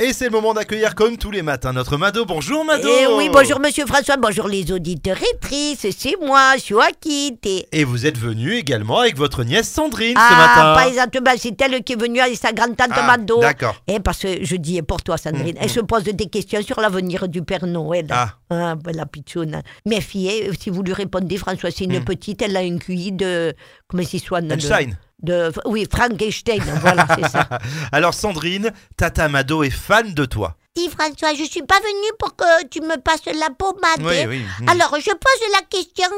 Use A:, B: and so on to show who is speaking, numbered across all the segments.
A: Et c'est le moment d'accueillir comme tous les matins notre Mado. Bonjour Mado
B: Eh oui, bonjour Monsieur François, bonjour les auditeurs et trices, c'est moi, Joaquin. Et...
A: Et vous êtes venu également avec votre nièce Sandrine ce
B: Ah,
A: matin.
B: pas exactement, c'est elle qui est venue avec sa grande-tante
A: Ah,
B: Mado.
A: d'accord.
B: Eh, parce que je dis eh, pour toi, Sandrine, elle se pose des questions sur l'avenir du Père Noël.
A: Ah.
B: ben, la pitchoune. Mes filles, eh, si vous lui répondez, François, c'est une petite, elle a un QI de... Comment c'est soit de-
A: Mm. Einstein.
B: de, Oui, Frankenstein, voilà, c'est ça.
A: Alors Sandrine, Tata Mado est fan de toi.
C: Dis François, je suis pas venue pour que tu me passes la
B: Ah,
C: pommade.
A: Oui, oui. Mm.
C: Alors, je pose la question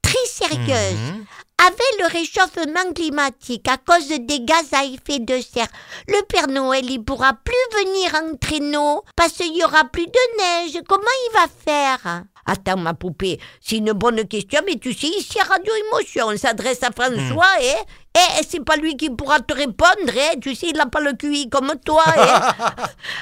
C: très sérieuse.
A: Mhm.
C: Avec le réchauffement climatique, à cause des gaz à effet de serre, le Père Noël, il pourra plus venir en traîneau parce qu'il y aura plus de neige. Comment il va faire
B: Attends, ma poupée, c'est une bonne question, mais tu sais, ici à Radio Émotion, on s'adresse à François,
C: Hmm.
B: et c'est pas lui qui pourra te répondre, hein. Tu sais, il n'a pas le QI comme toi, hein.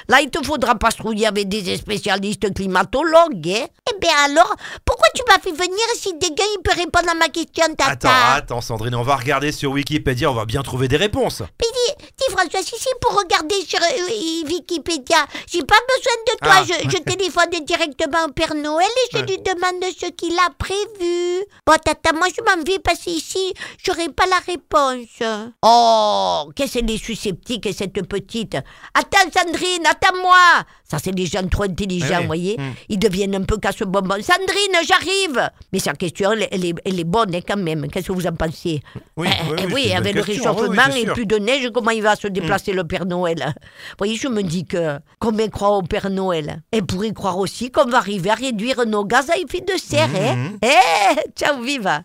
B: Là, il te faudra pas se rouiller avec des spécialistes climatologues, hein.
C: Eh bien alors, pourquoi tu m'as fait venir si dégain il peut répondre à ma question, tata
A: Attends, attends Sandrine, on va regarder sur Wikipédia, on va bien trouver des réponses.
C: Puis dis, dis, François, si c'est pour regarder sur euh, euh, Wikipédia, j'ai pas besoin de toi.
A: Ah.
C: Je, je téléphone directement au Père Noël et je
A: Ouais.
C: lui demande ce qu'il a prévu. Bon, tata, moi je m'en vais parce qu'ici, j'aurai pas la réponse.
B: Oh, qu'est-ce qu'elle est susceptible, cette petite. Attends, Sandrine, attends-moi. Ça, c'est des gens trop
A: Ah
B: intelligents,
A: oui.
B: vous voyez.
A: Mm.
B: Ils deviennent un peu casse-bonbon. Sandrine, j'arrive. Mais sa question, elle, elle est, elle est bonne hein, quand même. Qu'est-ce que vous en pensez
A: Oui, oui,
B: Eh, eh
A: oui,
B: oui,
A: c'est une
B: avec
A: bonne
B: le
A: question. Oui, oui,
B: réchauffement
A: c'est
B: et
A: sûr. Mm.
B: plus de neige, comment il va se déplacer le Père Noël Vous voyez, je me dis que combien croit au Père Noël Et pour
A: Mhm. Mm.
B: y croire aussi qu'on va arriver à réduire nos gaz à effet de serre. hein. Eh, ciao, viva